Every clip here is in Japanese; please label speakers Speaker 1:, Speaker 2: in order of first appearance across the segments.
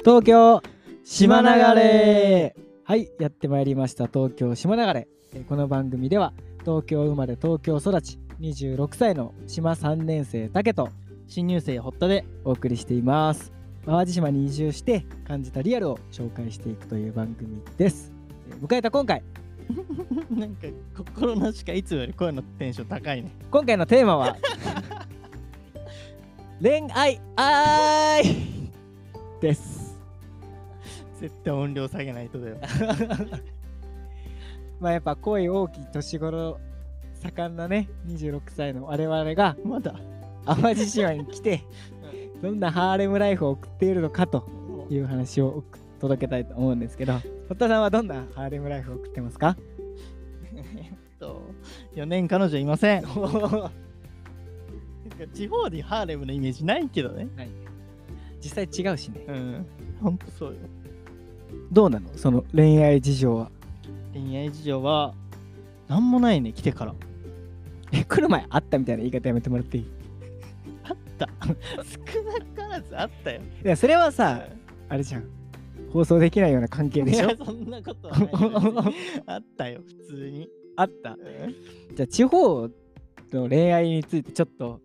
Speaker 1: 東京島流れはいやってまいりました東京島流れえーこの番組では東京生まれ東京育ち26歳の島3年生竹と
Speaker 2: 新入生堀田で
Speaker 1: お送りしています淡路島に移住して感じたリアルを紹介していくという番組ですえー迎えた今回
Speaker 2: なんか心なしかいつもより声のテンション高いね
Speaker 1: 今回のテーマは 恋愛あーいです
Speaker 2: 絶対音量下げないとだよ
Speaker 1: まあやっぱ恋大きい年頃盛んなね26歳の我々が
Speaker 2: まだ
Speaker 1: 淡路島に来てどんなハーレムライフを送っているのかと
Speaker 2: もう
Speaker 1: いう話を届けたいと思うんですけど堀田さんはどんなハーレムライフを送ってますか
Speaker 2: えっと4年彼女いませんなんか地方でハーレムのイメージないけどね
Speaker 1: 実際違うしね
Speaker 2: うんほんとそうよ
Speaker 1: どうなのその恋愛事情は
Speaker 2: 恋愛事情はなんもないね来てから
Speaker 1: え来る前あったみたいな言い方やめてもらっていい
Speaker 2: あった少なからずあったよ
Speaker 1: いやそれはさあれじゃん放送できないような関係でし
Speaker 2: い
Speaker 1: ょ
Speaker 2: やそんなことはないよ別に あったよ普通に
Speaker 1: あった
Speaker 2: うん
Speaker 1: じゃあ地方の恋愛についてちょっと、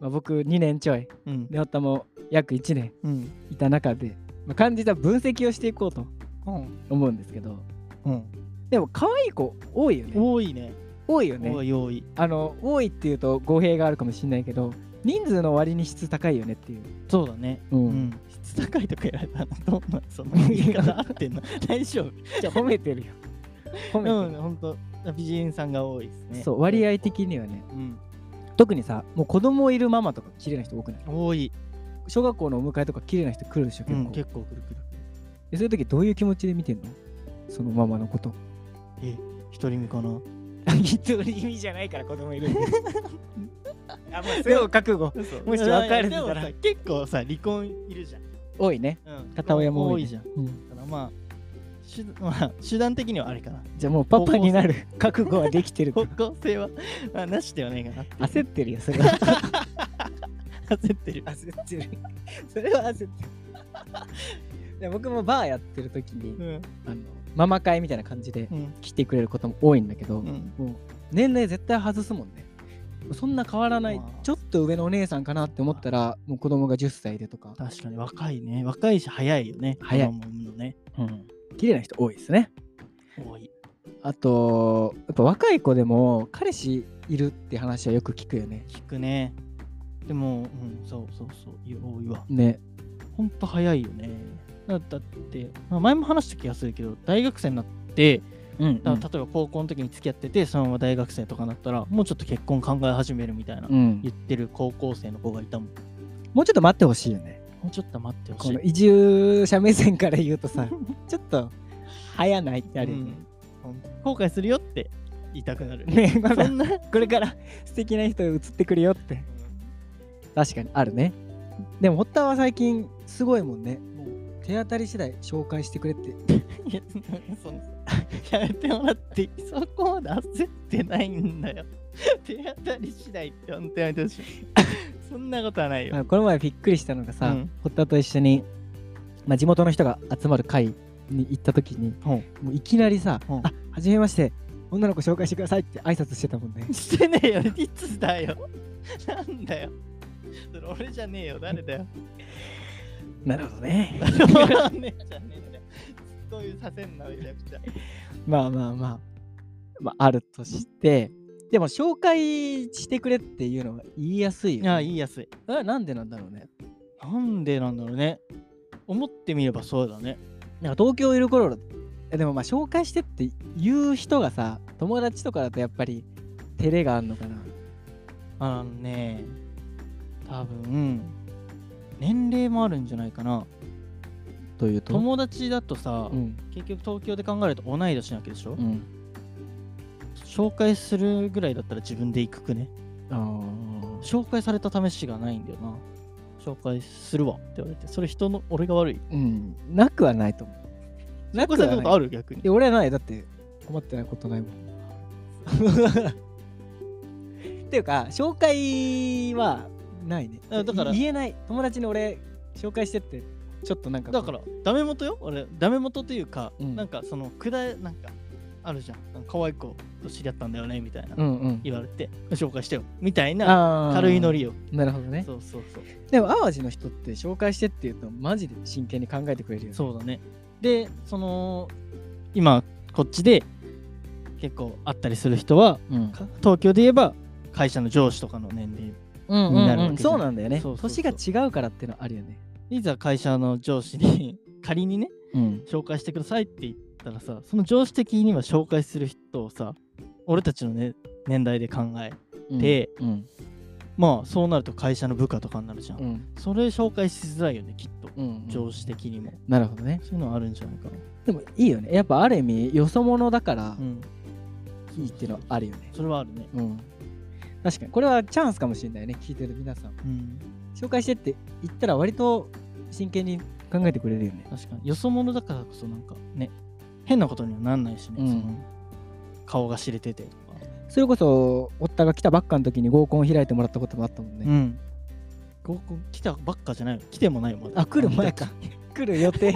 Speaker 1: まあ、僕2年ちょい
Speaker 2: うん
Speaker 1: で堀田も約1年
Speaker 2: うん
Speaker 1: いた中で、まあ、感じた分析をしていこうと思うんですけど
Speaker 2: うん
Speaker 1: でも可愛い子多いよね
Speaker 2: 多いね
Speaker 1: 多いよ
Speaker 2: 多
Speaker 1: ね
Speaker 2: い多い
Speaker 1: あの多いっていうと語弊があるかもしれないけど人数の割に質高いよねっていう、
Speaker 2: そうだね
Speaker 1: うん
Speaker 2: うん、質高いとか言われたらどうなんその言い方合って んの大丈夫
Speaker 1: じゃあ褒めてるよ褒めて
Speaker 2: う
Speaker 1: る
Speaker 2: ん、ほんと美人さんが多いですね
Speaker 1: そう割合的にはね
Speaker 2: うん
Speaker 1: 特にさもう子供いるママとか綺麗な人多くない
Speaker 2: 多い、
Speaker 1: 小学校のお迎えとか綺麗な人来るでしょ
Speaker 2: う
Speaker 1: 結構、
Speaker 2: ん、結構くるくる
Speaker 1: でそういう時どういう気持ちで見てんのそのママのこと
Speaker 2: え一人目かな
Speaker 1: 一人意味じゃないから子供い るんであもうそれを覚悟もし別れてたら
Speaker 2: でもさ結構さ離婚いるじゃん、
Speaker 1: 多いね、
Speaker 2: うん、
Speaker 1: 片親も多
Speaker 2: 多
Speaker 1: いね
Speaker 2: いじゃんだ
Speaker 1: うん
Speaker 2: からまあ手,、まあ、手段 的にはあれ かな
Speaker 1: じゃあもうパパになる覚悟はできてるか
Speaker 2: 方向性は、 まあ、なしではないかなって
Speaker 1: 焦ってるよそれは
Speaker 2: 焦ってる
Speaker 1: 焦ってるそれは焦ってるいや僕もバーやってる時に、
Speaker 2: うん
Speaker 1: あのママ会みたいな感じで
Speaker 2: うん
Speaker 1: 来てくれることも多いんだけど、
Speaker 2: うん
Speaker 1: もう年齢絶対外すもんねそんな変わらない
Speaker 2: まあ
Speaker 1: ちょっと上のお姉さんかなって思ったらもう子供が10歳でとか、
Speaker 2: 確かに若いね若いし早いよね
Speaker 1: 早い
Speaker 2: 子供産むのね
Speaker 1: うん、綺麗な人多いですね
Speaker 2: 多い
Speaker 1: あとやっぱ若い子でも彼氏いるって話はよく聞くよね
Speaker 2: 聞くねでもうんそうそうそういや多いわ
Speaker 1: ね
Speaker 2: ほんと早いよねだだって、まあ、前も話した気がするけど大学生になって
Speaker 1: うん
Speaker 2: だから例えば高校の時に付き合っててそのまま大学生とかになったらもうちょっと結婚考え始めるみたいな、
Speaker 1: うん
Speaker 2: 言ってる高校生の子がいたもん
Speaker 1: もうちょっと待ってほしいよね
Speaker 2: もうちょっと待ってほ
Speaker 1: こ
Speaker 2: しい
Speaker 1: の移住者目線から言うと さちょっと早ないってある
Speaker 2: う
Speaker 1: よね,、
Speaker 2: んほんと後悔するよって言いたくなる
Speaker 1: ね まだ
Speaker 2: そんな
Speaker 1: これから素敵な人移ってくるよって確かにあるねでも堀田は最近すごいもんねもう手当たり次第紹介してくれって
Speaker 2: いやその やめてもらっていいそこまで焦ってないんだよ 手当たり次第って本当やめてほしい そんなことはないよ、
Speaker 1: あのこの前びっくりしたのがさ、
Speaker 2: うん
Speaker 1: 堀田と一緒に、まあ、地元の人が集まる会に行った時にもういきなりさ「
Speaker 2: うん
Speaker 1: あはじめまして女の子紹介してください」って挨拶してたもん ね
Speaker 2: してねえよいつだよなんだよそれ俺じゃねえよ誰だ よ
Speaker 1: なるほどね
Speaker 2: お姉じゃねえんだよそういうさせんなめちゃくちゃ
Speaker 1: まあまあまあ、まあ、あるとして、でも紹介してくれっていうのは言いやすいよ、
Speaker 2: い
Speaker 1: ね。
Speaker 2: や言いやすい
Speaker 1: あなんでなんだろうね。
Speaker 2: なんでなんだろうね思ってみればそうだね
Speaker 1: なんか東京いる頃だえでもまあ紹介してって言う人がさ、友達とかだとやっぱり照れがあるのかな。
Speaker 2: あのね、多分年齢もあるんじゃないかな。
Speaker 1: というと。
Speaker 2: 友達だとさ、
Speaker 1: うん。
Speaker 2: 結局東京で考えると同い年なわけでしょ、
Speaker 1: うん。
Speaker 2: 紹介するぐらいだったら自分で行くくね。
Speaker 1: あー
Speaker 2: 紹介された試しがないんだよな。紹介するわって言われて、それ人の俺が悪い。
Speaker 1: うん。なくはないと思う。な
Speaker 2: 紹介されたことある逆に
Speaker 1: い。や俺はない。だって困ってないことない もん。っていうか、紹介はないね。
Speaker 2: あだから
Speaker 1: い言えない。友達に俺、紹介してってちょっとなんかこ
Speaker 2: だ
Speaker 1: う
Speaker 2: からダメ元よ俺ダメ元というか、
Speaker 1: うん
Speaker 2: なんかそのくだなんかあるじゃんなんか可愛い子と知り合ったんだよねみたいな、
Speaker 1: うんうん
Speaker 2: 言われて紹介してよみたいな
Speaker 1: あー
Speaker 2: 軽いノリよ
Speaker 1: なるほどね
Speaker 2: そうそうそう
Speaker 1: でも淡路の人って紹介してっていうとマジで真剣に考えてくれるよね
Speaker 2: そうだねでその今こっちで結構会ったりする人は
Speaker 1: うん
Speaker 2: か東京で言えば会社の上司とかの年齢
Speaker 1: うんうん
Speaker 2: になる
Speaker 1: う
Speaker 2: わ
Speaker 1: ん
Speaker 2: けじゃん
Speaker 1: そうなんだよね
Speaker 2: そうそうそう
Speaker 1: 年が違うからっていうのはあるよね
Speaker 2: いざ会社の上司に 仮にね
Speaker 1: うん
Speaker 2: 紹介してくださいって言ったらさその上司的には紹介する人をさ俺たちの、ね、年代で考えで
Speaker 1: うん
Speaker 2: まあそうなると会社の部下とかになるじゃん、
Speaker 1: うん
Speaker 2: それ紹介しづらいよねきっと
Speaker 1: うん
Speaker 2: 上司的にも、
Speaker 1: なるほどね
Speaker 2: そういうのあるんじゃないかな、
Speaker 1: でもいいよねやっぱある意味よそ者だから
Speaker 2: うん、
Speaker 1: いいっていうのはあるよね
Speaker 2: それはあるね
Speaker 1: うん確かにこれはチャンスかもしれないね聞いてる皆さん
Speaker 2: うん
Speaker 1: 紹介してって言ったら割と真剣に考えてくれるよね
Speaker 2: 確かによそ者だからこそなんかね変なことにはなんないしね、
Speaker 1: うん
Speaker 2: その顔が知れててとか、
Speaker 1: それこそおったが来たばっかの時に合コン開いてもらったこともあったもんね、
Speaker 2: うん合コン来たばっかじゃないよ来てもないもん
Speaker 1: あ来る前か来る予定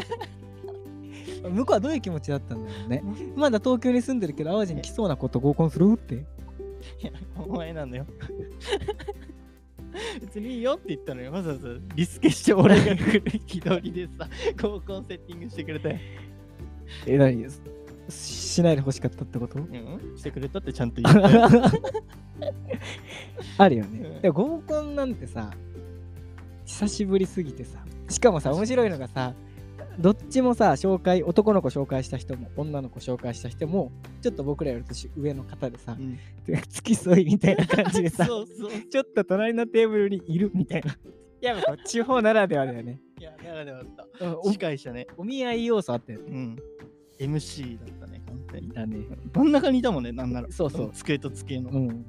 Speaker 1: 向こうはどういう気持ちだったんだろうねまだ東京に住んでるけど淡路に来そうな子と合コンするって
Speaker 2: いやお前なんだよ 別にいいよって言ったのにわざわざリスケして俺が来る気取りでさ合コンセッティングしてくれたよ
Speaker 1: え何しないで欲しかったってこと
Speaker 2: うんしてくれたってちゃんと言っ たよ
Speaker 1: あるよ
Speaker 2: う
Speaker 1: ね
Speaker 2: ん。
Speaker 1: でも合コンなんてさ、久しぶりすぎてさ、しかもさ、面白いのがさ、どっちもさ、紹介、男の子紹介した人も、女の子紹介した人も、ちょっと僕らより年上の方でさ、
Speaker 2: うん
Speaker 1: 付き添いみたいな感じで
Speaker 2: そ
Speaker 1: さ、
Speaker 2: うそうい
Speaker 1: ちょっと隣のテーブルにいるみたいな。やっぱこう地方ならではだよ ね。
Speaker 2: やならではあった
Speaker 1: うんお
Speaker 2: 司会者ね
Speaker 1: お見合い要素あったよね。
Speaker 2: うん MC だったね完全に
Speaker 1: だね。
Speaker 2: 真ん中にいたもんねなんなら
Speaker 1: そうそう
Speaker 2: 机と机の
Speaker 1: うん。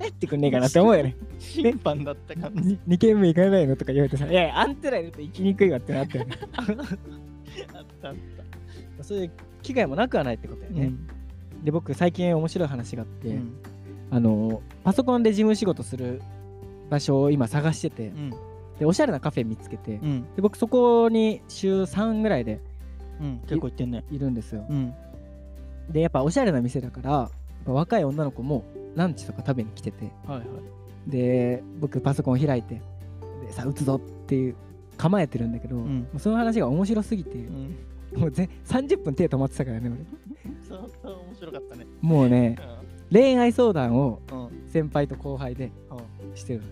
Speaker 1: 帰ってくんねえかなって思うよね。
Speaker 2: 審判だった感じ
Speaker 1: に2軒目行かないのとか言われてさ、いやいや、あんたらいると行きにくいわってなったよね。
Speaker 2: あったあった
Speaker 1: そういう機会もなくはないってことだよね。
Speaker 2: うん
Speaker 1: で僕最近面白い話があって、
Speaker 2: うん
Speaker 1: あのパソコンで事務仕事する場所を今探してて、
Speaker 2: うん
Speaker 1: でおしゃれなカフェ見つけて、
Speaker 2: うん
Speaker 1: で僕そこに週3ぐらいで
Speaker 2: うん結構言ってんね
Speaker 1: いるんですよ
Speaker 2: うん
Speaker 1: でやっぱおしゃれな店だからやっぱ若い女の子もランチとか食べに来てて
Speaker 2: はいはい
Speaker 1: で僕パソコン開いてでさあ打つぞっていう構えてるんだけど、
Speaker 2: ん
Speaker 1: もうその話が面白すぎて、
Speaker 2: うん
Speaker 1: もうぜ30分手止まってたからね俺
Speaker 2: そうそう面白かったね
Speaker 1: もうね恋愛相談を
Speaker 2: うんうん
Speaker 1: 先輩と後輩でしてる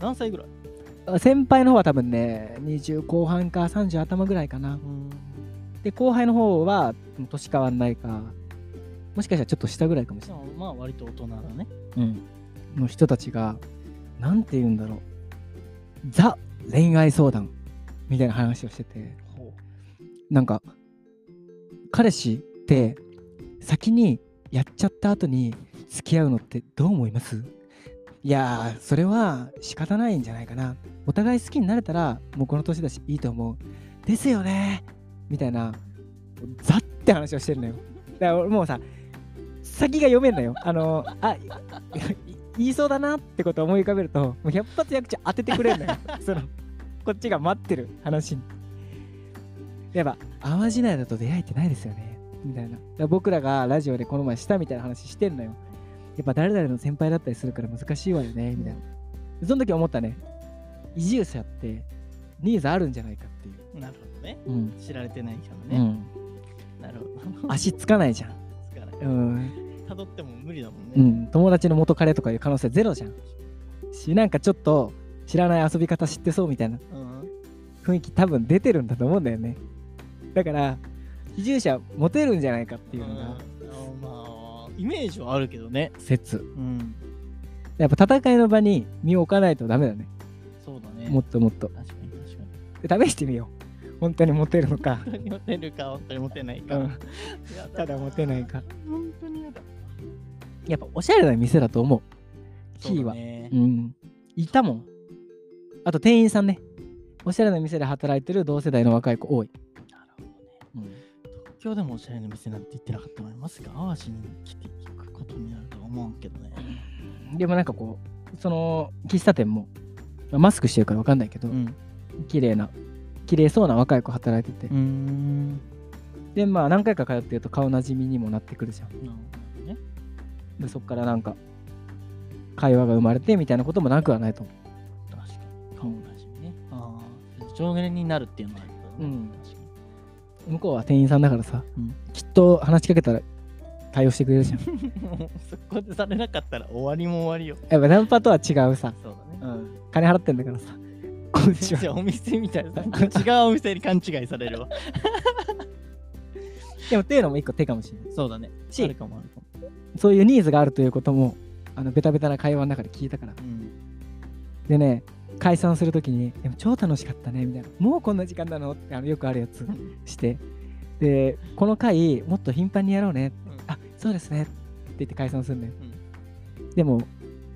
Speaker 2: 何歳ぐらい
Speaker 1: 先輩の方は多分ね20後半か30頭ぐらいかな
Speaker 2: うん
Speaker 1: で後輩の方は年変わんないかもしかしたらちょっと下ぐらいかもしれない、
Speaker 2: まあ割と大人だね
Speaker 1: の人たちがなんて言うんだろうザ恋愛相談みたいな話をしてて
Speaker 2: ほ
Speaker 1: なんか彼氏って先にやっちゃった後に付き合うのってどう思いますいやーそれは仕方ないんじゃないかなお互い好きになれたらもうこの年だしいいと思うですよねみたいなザって話をしてるのよだから俺もうさ先が読めんのよあのあい 言いそうだなってことを思い浮かべるともう百発百中当ててくれるのよそのこっちが待ってる話にやっぱ淡路内だと出会えてないですよねみたいなだから僕らがラジオでこの前したみたいな話してんのよやっぱ誰々の先輩だったりするから難しいわよねみたいなでその時思ったね移住者ってニーズあるんじゃないかっていう
Speaker 2: なるほどね
Speaker 1: う、うん
Speaker 2: 知られてないから
Speaker 1: う
Speaker 2: ね、
Speaker 1: ん、
Speaker 2: なるほど
Speaker 1: 足つかないじゃん
Speaker 2: つかない
Speaker 1: うん
Speaker 2: 辿っても無理だもんね、
Speaker 1: うん、友達の元彼とかいう可能性ゼロじゃんしなんかちょっと知らない遊び方知ってそうみたいな
Speaker 2: うん
Speaker 1: 雰囲気多分出てるんだと思うんだよねだから移住者モテるんじゃないかっていうのが
Speaker 2: うんまあイメージはあるけどね
Speaker 1: 説
Speaker 2: うん
Speaker 1: やっぱ戦いの場に身を置かないとダメだね
Speaker 2: そうだね
Speaker 1: もっともっと
Speaker 2: 確かに確か
Speaker 1: で試してみよう本当にモテるのか、
Speaker 2: に本当にモテるか本当にモテないか、
Speaker 1: うん、
Speaker 2: や
Speaker 1: ただモテないか
Speaker 2: 本当にやだ
Speaker 1: やっぱおしゃれな店だと思うキーは
Speaker 2: そうだね
Speaker 1: うんいたもんあと店員さんねおしゃれな店で働いてる同世代の若い子多い、
Speaker 2: なるほどね東京でもおしゃれな店なんて言ってなかったのにまさか淡路に来て行くことになるとは思うけどね
Speaker 1: でもなんかこうその喫茶店もまあマスクしてるからわかんないけど、
Speaker 2: うん
Speaker 1: 綺麗な綺麗そうな若い子働いてて、
Speaker 2: ーんな
Speaker 1: でまあ何回か通ってると顔なじみにもなってくるじゃん
Speaker 2: るほどね
Speaker 1: でそっからなんか会話が生まれてみたいなこともなくはないと思
Speaker 2: 確かに顔なじみねああ上限になるっていうのはあるけどね、
Speaker 1: うん
Speaker 2: 確かに
Speaker 1: う向こうは店員さんだからさ、
Speaker 2: うん
Speaker 1: きっと話しかけたら対応してくれる じゃん
Speaker 2: もうそこでされなかったら終わりも終わりよ。
Speaker 1: やっぱナンパとは違うさ、
Speaker 2: そうだね。
Speaker 1: うん、金払ってんだからさこんにちは
Speaker 2: じゃあお店みたいな。違うお店に勘違いされるわ。
Speaker 1: でもっていうのも一個手かもしれない
Speaker 2: そうだ ね。
Speaker 1: し
Speaker 2: あるかもあるかも。
Speaker 1: そういうニーズがあるということもあのベタベタな会話の中で聞いたから
Speaker 2: うん。
Speaker 1: でね解散するときに「でも超楽しかったね」みたいな「もうこんな時間なの?」ってあのよくあるやつしてでこの回もっと頻繁にやろうね
Speaker 2: うん
Speaker 1: あそうですねって言って解散するんだよ、でも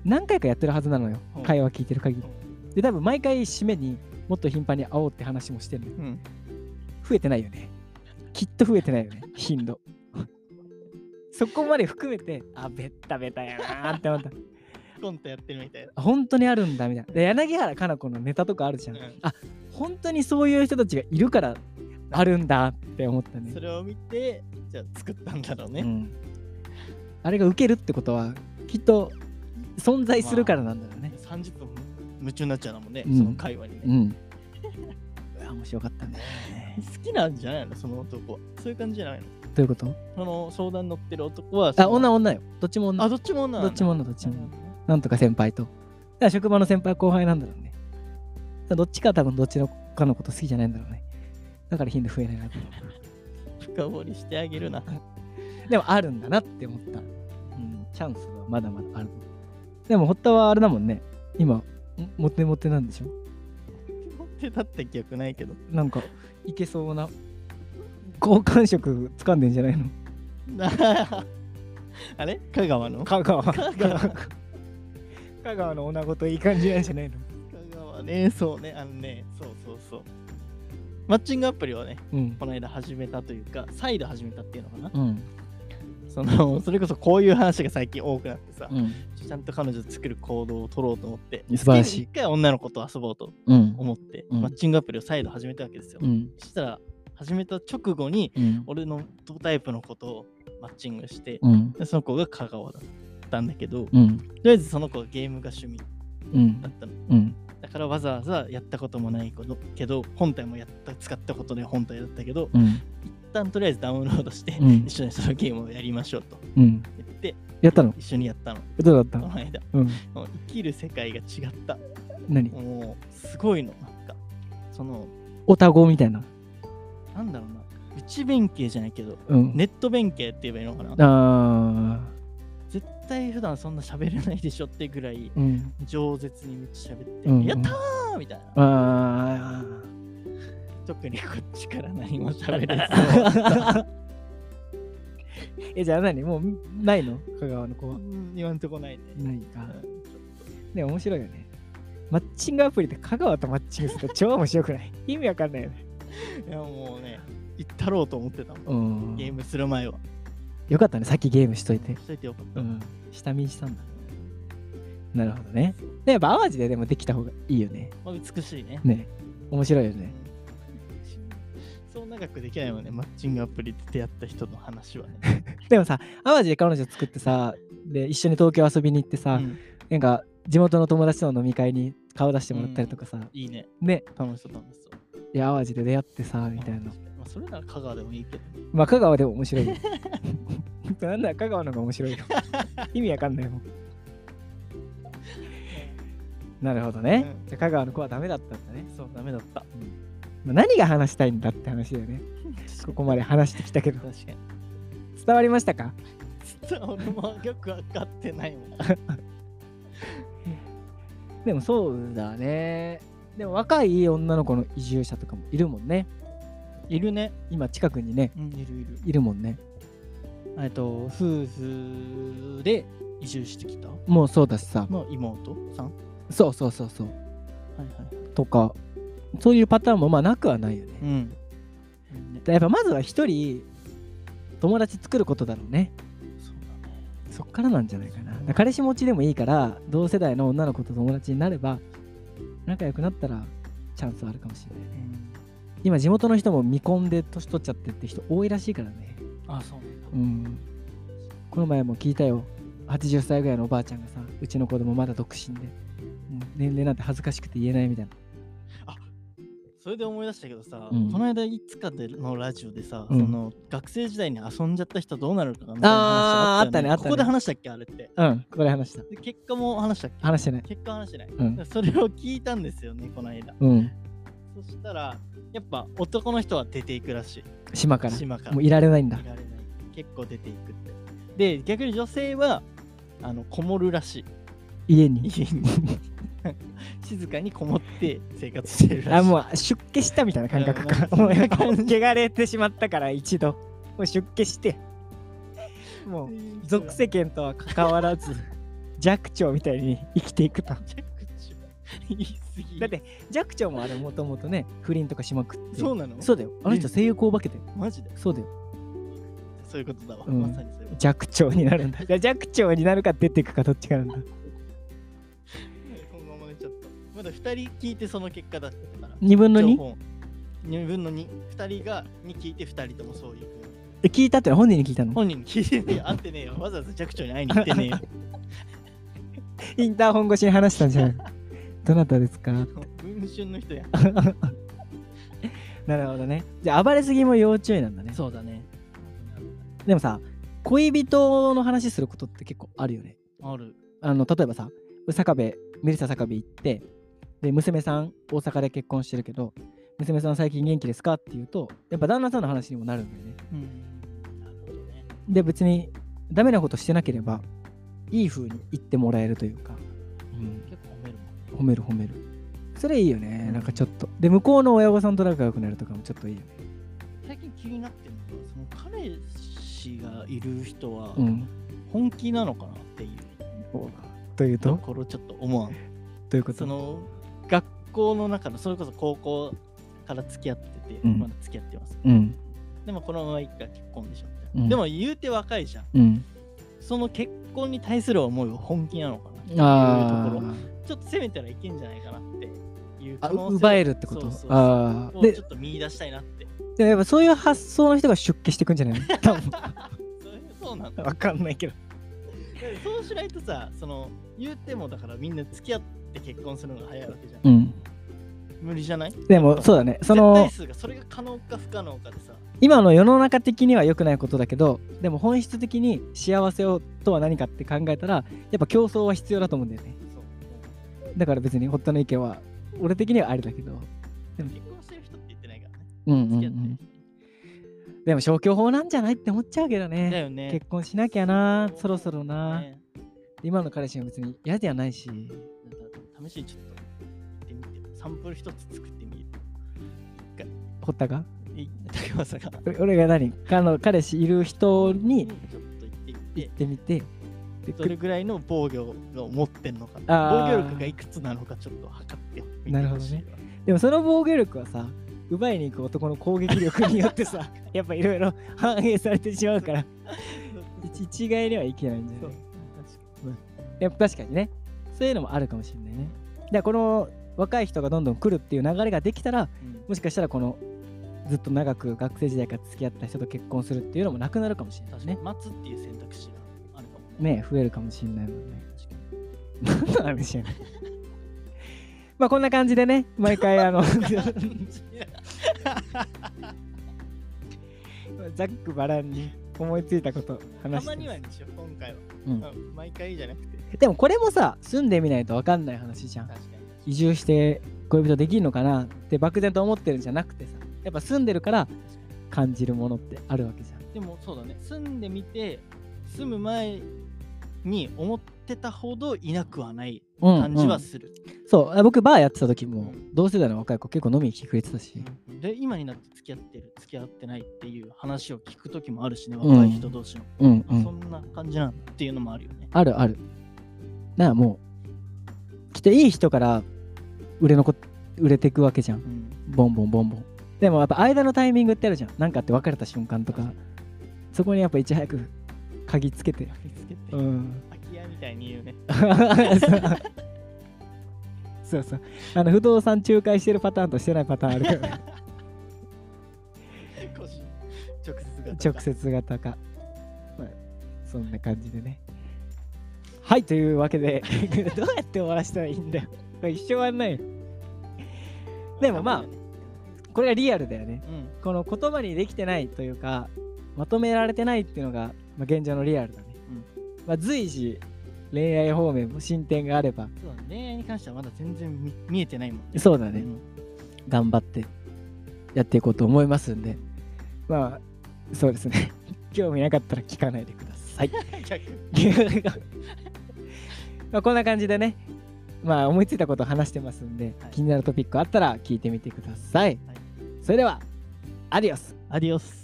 Speaker 1: 何回かやってるはずなのよ、
Speaker 2: うん
Speaker 1: 会話聞いてる限りで多分毎回締めにもっと頻繁に会おうって話もしてるのよ
Speaker 2: うん。
Speaker 1: 増えてないよねきっと増えてないよね頻度 そこまで含めてあベッタベタやなーって思った
Speaker 2: コントやってるみたいな。
Speaker 1: 本当にあるんだみたいなで柳原加奈子のネタとかあるじゃん、
Speaker 2: うん
Speaker 1: あ本当にそういう人たちがいるからあるんだって思ったね
Speaker 2: それを見て、じゃあ作ったんだろうね。
Speaker 1: うんあれが受けるってことはきっと存在するからなんだろうね、
Speaker 2: 30分夢中になっちゃうのもんね、
Speaker 1: うん
Speaker 2: その会話にね。
Speaker 1: うんうわ面白かったね
Speaker 2: 好きなんじゃないのその男は。そういう感じじゃないの
Speaker 1: どういうこと
Speaker 2: その相談乗ってる男は。そ
Speaker 1: あ
Speaker 2: の
Speaker 1: 女女よどっちも女
Speaker 2: あ、どっちも女な
Speaker 1: ど
Speaker 2: の
Speaker 1: っちも女どっちも
Speaker 2: なる
Speaker 1: 女
Speaker 2: ほどね
Speaker 1: なんとか先輩とだから職場の先輩後輩なんだろうねだからどっちかは多分どっちのかのこと好きじゃないんだろうねだから頻度増えないなと思う
Speaker 2: 深掘りしてあげるな。
Speaker 1: でもあるんだなって思った。うん、チャンスはまだまだある。でも、堀田はあれだもんね。今、んモテモテなんでしょ
Speaker 2: 持ってたって記憶ないけ ど。
Speaker 1: なんか、いけそうな。好感触掴んでんじゃないの
Speaker 2: なあれ香川の
Speaker 1: 香川。香
Speaker 2: 川
Speaker 1: 川の女子といい感じなんじゃないの
Speaker 2: 香川ね、そうね、あのね、そうそうそう。マッチングアプリをね、
Speaker 1: うん。
Speaker 2: この間始めたというか、再度始めたっていうのかな。
Speaker 1: うん。
Speaker 2: その、それこそこういう話が最近多くなってさ、
Speaker 1: うん。
Speaker 2: ちゃんと彼女作る行動を取ろうと思って、
Speaker 1: 素晴らしい
Speaker 2: 月に一回女の子と遊ぼうと
Speaker 1: うん。
Speaker 2: 思って、
Speaker 1: うん
Speaker 2: マッチングアプリを再度始めたわけですよ。
Speaker 1: うん。
Speaker 2: そしたら、始めた直後に、
Speaker 1: うん。
Speaker 2: 俺の同タイプの子とマッチングして、
Speaker 1: うん。
Speaker 2: でその子が香川だったんだけど、と
Speaker 1: うん。
Speaker 2: りあえずその子がゲームが趣味
Speaker 1: うん
Speaker 2: だ。ったの。
Speaker 1: うん。
Speaker 2: だからわざわざやったこともないことけど、本体もやった使ったことない本体だったけど、
Speaker 1: うん。
Speaker 2: 一旦とりあえずダウンロードして、
Speaker 1: うん
Speaker 2: 一緒にそのゲームをやりましょうと
Speaker 1: うん。
Speaker 2: 言って、
Speaker 1: やったの
Speaker 2: 一緒にやったの、
Speaker 1: どうだ
Speaker 2: こ
Speaker 1: っ
Speaker 2: の間。
Speaker 1: たうん。
Speaker 2: もう生きる世界が違った。
Speaker 1: 何
Speaker 2: もう、すごいの、なんか。その、
Speaker 1: オタゴみたいな。
Speaker 2: なんだろうな、内弁慶じゃないけど、
Speaker 1: うん。
Speaker 2: ネット弁慶って言えばいいのかな。
Speaker 1: あ
Speaker 2: 絶対普段そんな喋れないでしょってぐらい、
Speaker 1: ー。うん。
Speaker 2: 饒舌にめっちゃ喋って、
Speaker 1: うんうん
Speaker 2: やったーみたいな。
Speaker 1: あー
Speaker 2: 特にこっちから何も喋れそう。
Speaker 1: えじゃあ何もうないの香川の子は
Speaker 2: うん今んとこないね。
Speaker 1: ないか
Speaker 2: うん
Speaker 1: でも面白いよねマッチングアプリで香川とマッチングすると超面白くない 意味わかんないよね
Speaker 2: いやもうね、行ったろうと思ってたもん。
Speaker 1: うん
Speaker 2: ゲームする前は。
Speaker 1: よかったねさっきゲームしといて
Speaker 2: しといてよかった。
Speaker 1: うん下見したんだなるほどねでやっぱ淡路ででもできた方がいいよね
Speaker 2: まあ、美しいね。
Speaker 1: ね面白いよ
Speaker 2: うん
Speaker 1: ね
Speaker 2: そう長くできないもんね、マッチングアプリで出会った人の話は ね。
Speaker 1: でもさ淡路で彼女作ってさで一緒に東京遊びに行ってさ、
Speaker 2: うん
Speaker 1: なんか地元の友達との飲み会に顔出してもらったりとかさ、
Speaker 2: いいね、
Speaker 1: ね
Speaker 2: 楽しそう楽しそう。
Speaker 1: いや淡路で出会ってさみたいな
Speaker 2: まあ、それなら香川でもいいけどね。
Speaker 1: まあ香川でも面白いよ なんだ香川の方が面 白いよ意味わかんないもんなるほどね、
Speaker 2: うん
Speaker 1: じゃあ香川の子はダメだったんだね、
Speaker 2: そう、ダメだった。
Speaker 1: まあ、何が話したいんだって話だよねここまで話してきたけど
Speaker 2: 確かに。
Speaker 1: 伝わりましたか
Speaker 2: ちょっと 俺もよく分かってないもん。
Speaker 1: でもそうだねでも若い女の子の移住者とかもいるもんね
Speaker 2: いるね。
Speaker 1: 今近くにね
Speaker 2: うん、いるいる。
Speaker 1: いるもんね
Speaker 2: えっと、夫婦で移住してきた。
Speaker 1: もうそうだしさ
Speaker 2: の妹さん。
Speaker 1: そうそうそうそう
Speaker 2: はいはい。
Speaker 1: とかそういうパターンもまあなくはないよね、
Speaker 2: うん。ね、
Speaker 1: やっぱまずは一人友達作ることだろうね
Speaker 2: そうだね。
Speaker 1: そっからなんじゃないかなだから彼氏持ちでもいいから同世代の女の子と友達になれば仲良くなったらチャンスはあるかもしれないね
Speaker 2: うん
Speaker 1: 今地元の人も未婚で年取っちゃってって人多いらしいからね
Speaker 2: あそうなんだ
Speaker 1: うんこの前も聞いたよ80歳ぐらいのおばあちゃんがさうちの子供まだ独身で、うん年齢なんて恥ずかしくて言えないみたいな
Speaker 2: それで思い出したけどさ、
Speaker 1: うん
Speaker 2: この間いつかでのラジオでさ、
Speaker 1: うん
Speaker 2: その学生時代に遊んじゃった人どうなるかみたいな話
Speaker 1: あーあったねあったね
Speaker 2: ここで話したっけあれって
Speaker 1: うん、これ話した。
Speaker 2: で結果も話したっけ
Speaker 1: 話してない。
Speaker 2: 結果話してない、
Speaker 1: うん
Speaker 2: それを聞いたんですよねこの間
Speaker 1: うん、
Speaker 2: そしたらやっぱ男の人は出ていくらし
Speaker 1: 島
Speaker 2: い
Speaker 1: から。
Speaker 2: 島から
Speaker 1: もういられないんだ
Speaker 2: い。られない結構出ていくってで逆に女性はあのこもるらし
Speaker 1: 家
Speaker 2: い
Speaker 1: に。
Speaker 2: 家に静かにこもって生活してるらしい
Speaker 1: あ、もう出家したみたいな感覚か。
Speaker 2: うん
Speaker 1: もう、汚れてしまったから、一度。もう出家して。もう、
Speaker 2: う
Speaker 1: 俗世間とは関わら ず、弱長みたいに生きていくと。
Speaker 2: 言い過ぎ
Speaker 1: だって、弱長もあれ、もともとね、不倫とかしまくって。
Speaker 2: そうなの
Speaker 1: そうだよ。あの人、
Speaker 2: え
Speaker 1: 性欲を化けて。
Speaker 2: マジで
Speaker 1: そうだよ。
Speaker 2: そういうことだわ、
Speaker 1: うん
Speaker 2: まさにそういうこ
Speaker 1: 弱長になるんだ。じゃあ 弱長になるか出ていくかどっちかなんだ。
Speaker 2: とこのまま寝ちゃったまだ2人聞いてその結果だったから
Speaker 1: 2分の 2?
Speaker 2: 2分の22人がに聞いて2人ともそういう
Speaker 1: え、聞いたってのは本人に聞いたの
Speaker 2: 本人に聞いてねえよ会ってねえよわざわざ寂聴に会いに行ってね えよ
Speaker 1: インターホン越しに話したんじゃん。 どなたですか
Speaker 2: 文春の人や
Speaker 1: なるほどね。じゃあ暴れすぎも要注意なんだね。
Speaker 2: そうだね
Speaker 1: でもさ、恋人の話することって結構あるよね。
Speaker 2: ある
Speaker 1: あの例えばさ、坂部、メリサ坂部行って、で、娘さん、大阪で結婚してるけど、娘さん最近元気ですかって言うと、やっぱ旦那さんの話にもなるんだよね。
Speaker 2: うんなるほどね
Speaker 1: で、別にダメなことしてなければ、いい風に言ってもらえるというか、うん、
Speaker 2: 結構褒めるもん
Speaker 1: 褒める褒める。それいいよね、なんかちょっと。で、向こうの親御さんと仲良くなるとかもちょっといいよね。
Speaker 2: 最近気になってるのがその彼氏がいる人は
Speaker 1: うん。
Speaker 2: 本気なのかなっていう
Speaker 1: という
Speaker 2: と
Speaker 1: と、
Speaker 2: ころちょっと思わん
Speaker 1: ということ
Speaker 2: その学校の中のそれこそ高校から付き合ってて、
Speaker 1: うん
Speaker 2: まだ付き合ってます
Speaker 1: うん。
Speaker 2: でもこのまま一回結婚でしょみたいな、
Speaker 1: うん
Speaker 2: でも言うて若いじゃん
Speaker 1: うん。
Speaker 2: その結婚に対する思いは本気なのかなっていう
Speaker 1: あ
Speaker 2: とこ
Speaker 1: ー
Speaker 2: ろちょっと攻めたらいけんじゃないかなっていう
Speaker 1: あ
Speaker 2: 可能性
Speaker 1: 奪えるってこと
Speaker 2: そうそうそう
Speaker 1: あー
Speaker 2: を
Speaker 1: で
Speaker 2: ちょっと見出したいなって
Speaker 1: でもやっぱそういう発想の人が出家していくんじゃ ないの多分
Speaker 2: そうそうなんだ
Speaker 1: わかんないけど
Speaker 2: そうしないとさその言うてもだからみんな付き合って結婚するのが早いわけじゃん、
Speaker 1: うん
Speaker 2: 無理じゃない
Speaker 1: でもそうだねその
Speaker 2: 絶対数がそれが可能か不可能かでさ
Speaker 1: 今の世の中的には良くないことだけどでも本質的に幸せをとは何かって考えたらやっぱ競争は必要だと思うんだよね
Speaker 2: そう
Speaker 1: だから別に堀田の意見は俺的にはありだけど
Speaker 2: でも結婚してる人って言ってないからね
Speaker 1: うんうん、う
Speaker 2: 付き合ってる
Speaker 1: ん、でも消去法なんじゃないって思っちゃうけど
Speaker 2: 人
Speaker 1: ね
Speaker 2: だよね
Speaker 1: 結婚しなきゃなそろそろな、
Speaker 2: ね
Speaker 1: 今の彼氏も別に嫌ではないし
Speaker 2: なんか試しにちょっと行ってみてサンプル一つ作ってみる
Speaker 1: 堀田が
Speaker 2: い竹山さんが
Speaker 1: 俺俺が何かの彼氏いる人に
Speaker 2: ちょっと行ってみ
Speaker 1: 行っててみてで
Speaker 2: どれぐらいの防御を持ってんのか
Speaker 1: あー
Speaker 2: 防御力がいくつなのかちょっと測ってみて
Speaker 1: なるほどねでもその防御力はさ奪いに行く男の攻撃力によ ってさやっぱいろいろ反映されてしまうから一一概にはいけないんじゃ
Speaker 2: そう
Speaker 1: ない
Speaker 2: 確
Speaker 1: やっぱ確かにねそういうのもあるかもしれないねだからこの若い人がどんどん来るっていう流れができたら
Speaker 2: かに
Speaker 1: もしかしたらこのずっと長く学生時代から付き合った人と結婚するっていうのもなくなるかもしれない
Speaker 2: 確
Speaker 1: し
Speaker 2: かに
Speaker 1: ね
Speaker 2: 待つっていう選択肢があるかもね
Speaker 1: ね増えるかもしれないもんね
Speaker 2: 確かに
Speaker 1: 何の話やねん まあこんな感じでね毎回あ の ざっくばらんに思いついたこと
Speaker 2: た
Speaker 1: 話して
Speaker 2: まにはにしよう今回は、
Speaker 1: うん
Speaker 2: うん毎回じゃなくて
Speaker 1: でもこれもさ住んでみないと分かんない話じゃん
Speaker 2: 確かに
Speaker 1: 移住して恋人できるのかなって漠然と思ってるんじゃなくてさやっぱ住んでるから感じるものってあるわけじゃん
Speaker 2: でもそうだね住んでみて住む前に思ってたほどいなくはない
Speaker 1: うん
Speaker 2: 感じ
Speaker 1: う
Speaker 2: は
Speaker 1: ん
Speaker 2: する、
Speaker 1: そうあ僕バーやってた時も
Speaker 2: うん
Speaker 1: 同世代の若い子結構飲みに来てくれてたし、
Speaker 2: で今になって付き合ってる付き合ってないっていう話を聞く時もあるしね
Speaker 1: うん
Speaker 2: 若い人同士の、
Speaker 1: うんう
Speaker 2: そ
Speaker 1: ん、
Speaker 2: んな感じなんだっていうのもあるよね
Speaker 1: あるあるなあもう来ていい人から売れのこ売れてくわけじゃん
Speaker 2: うん
Speaker 1: ボンボンボンボンでもやっぱ間のタイミングってあるじゃんなんかあって別れた瞬間とかそこにやっぱいち早く鍵つけて
Speaker 2: 見つけて
Speaker 1: う
Speaker 2: 空
Speaker 1: ん
Speaker 2: き家みたいに言うね
Speaker 1: そうそうあの不動産仲介してるパターンとしてないパターンあるから 直接型か、まあ、そんな感じでねはいというわけで どうやって終わらせたらいいんだよこれ一生終わんないよでもまあこれがリアルだよね
Speaker 2: うん
Speaker 1: この言葉にできてないというかまとめられてないっていうのが、まあ、現状のリアルだね、まあ、随時恋愛方面も進展があれば
Speaker 2: そうだね恋愛に関してはまだ全然見見えてないもんね
Speaker 1: そうだね、
Speaker 2: うん
Speaker 1: 頑張ってやっていこうと思いますんでまあそうですね 興味なかったら聞かないでくだ さい
Speaker 2: 逆
Speaker 1: まあこんな感じでねまあ思いついたことを話してますんで、
Speaker 2: はい
Speaker 1: 気になるトピックあったら聞いてみてください、
Speaker 2: はい
Speaker 1: それではアディオス
Speaker 2: アディオス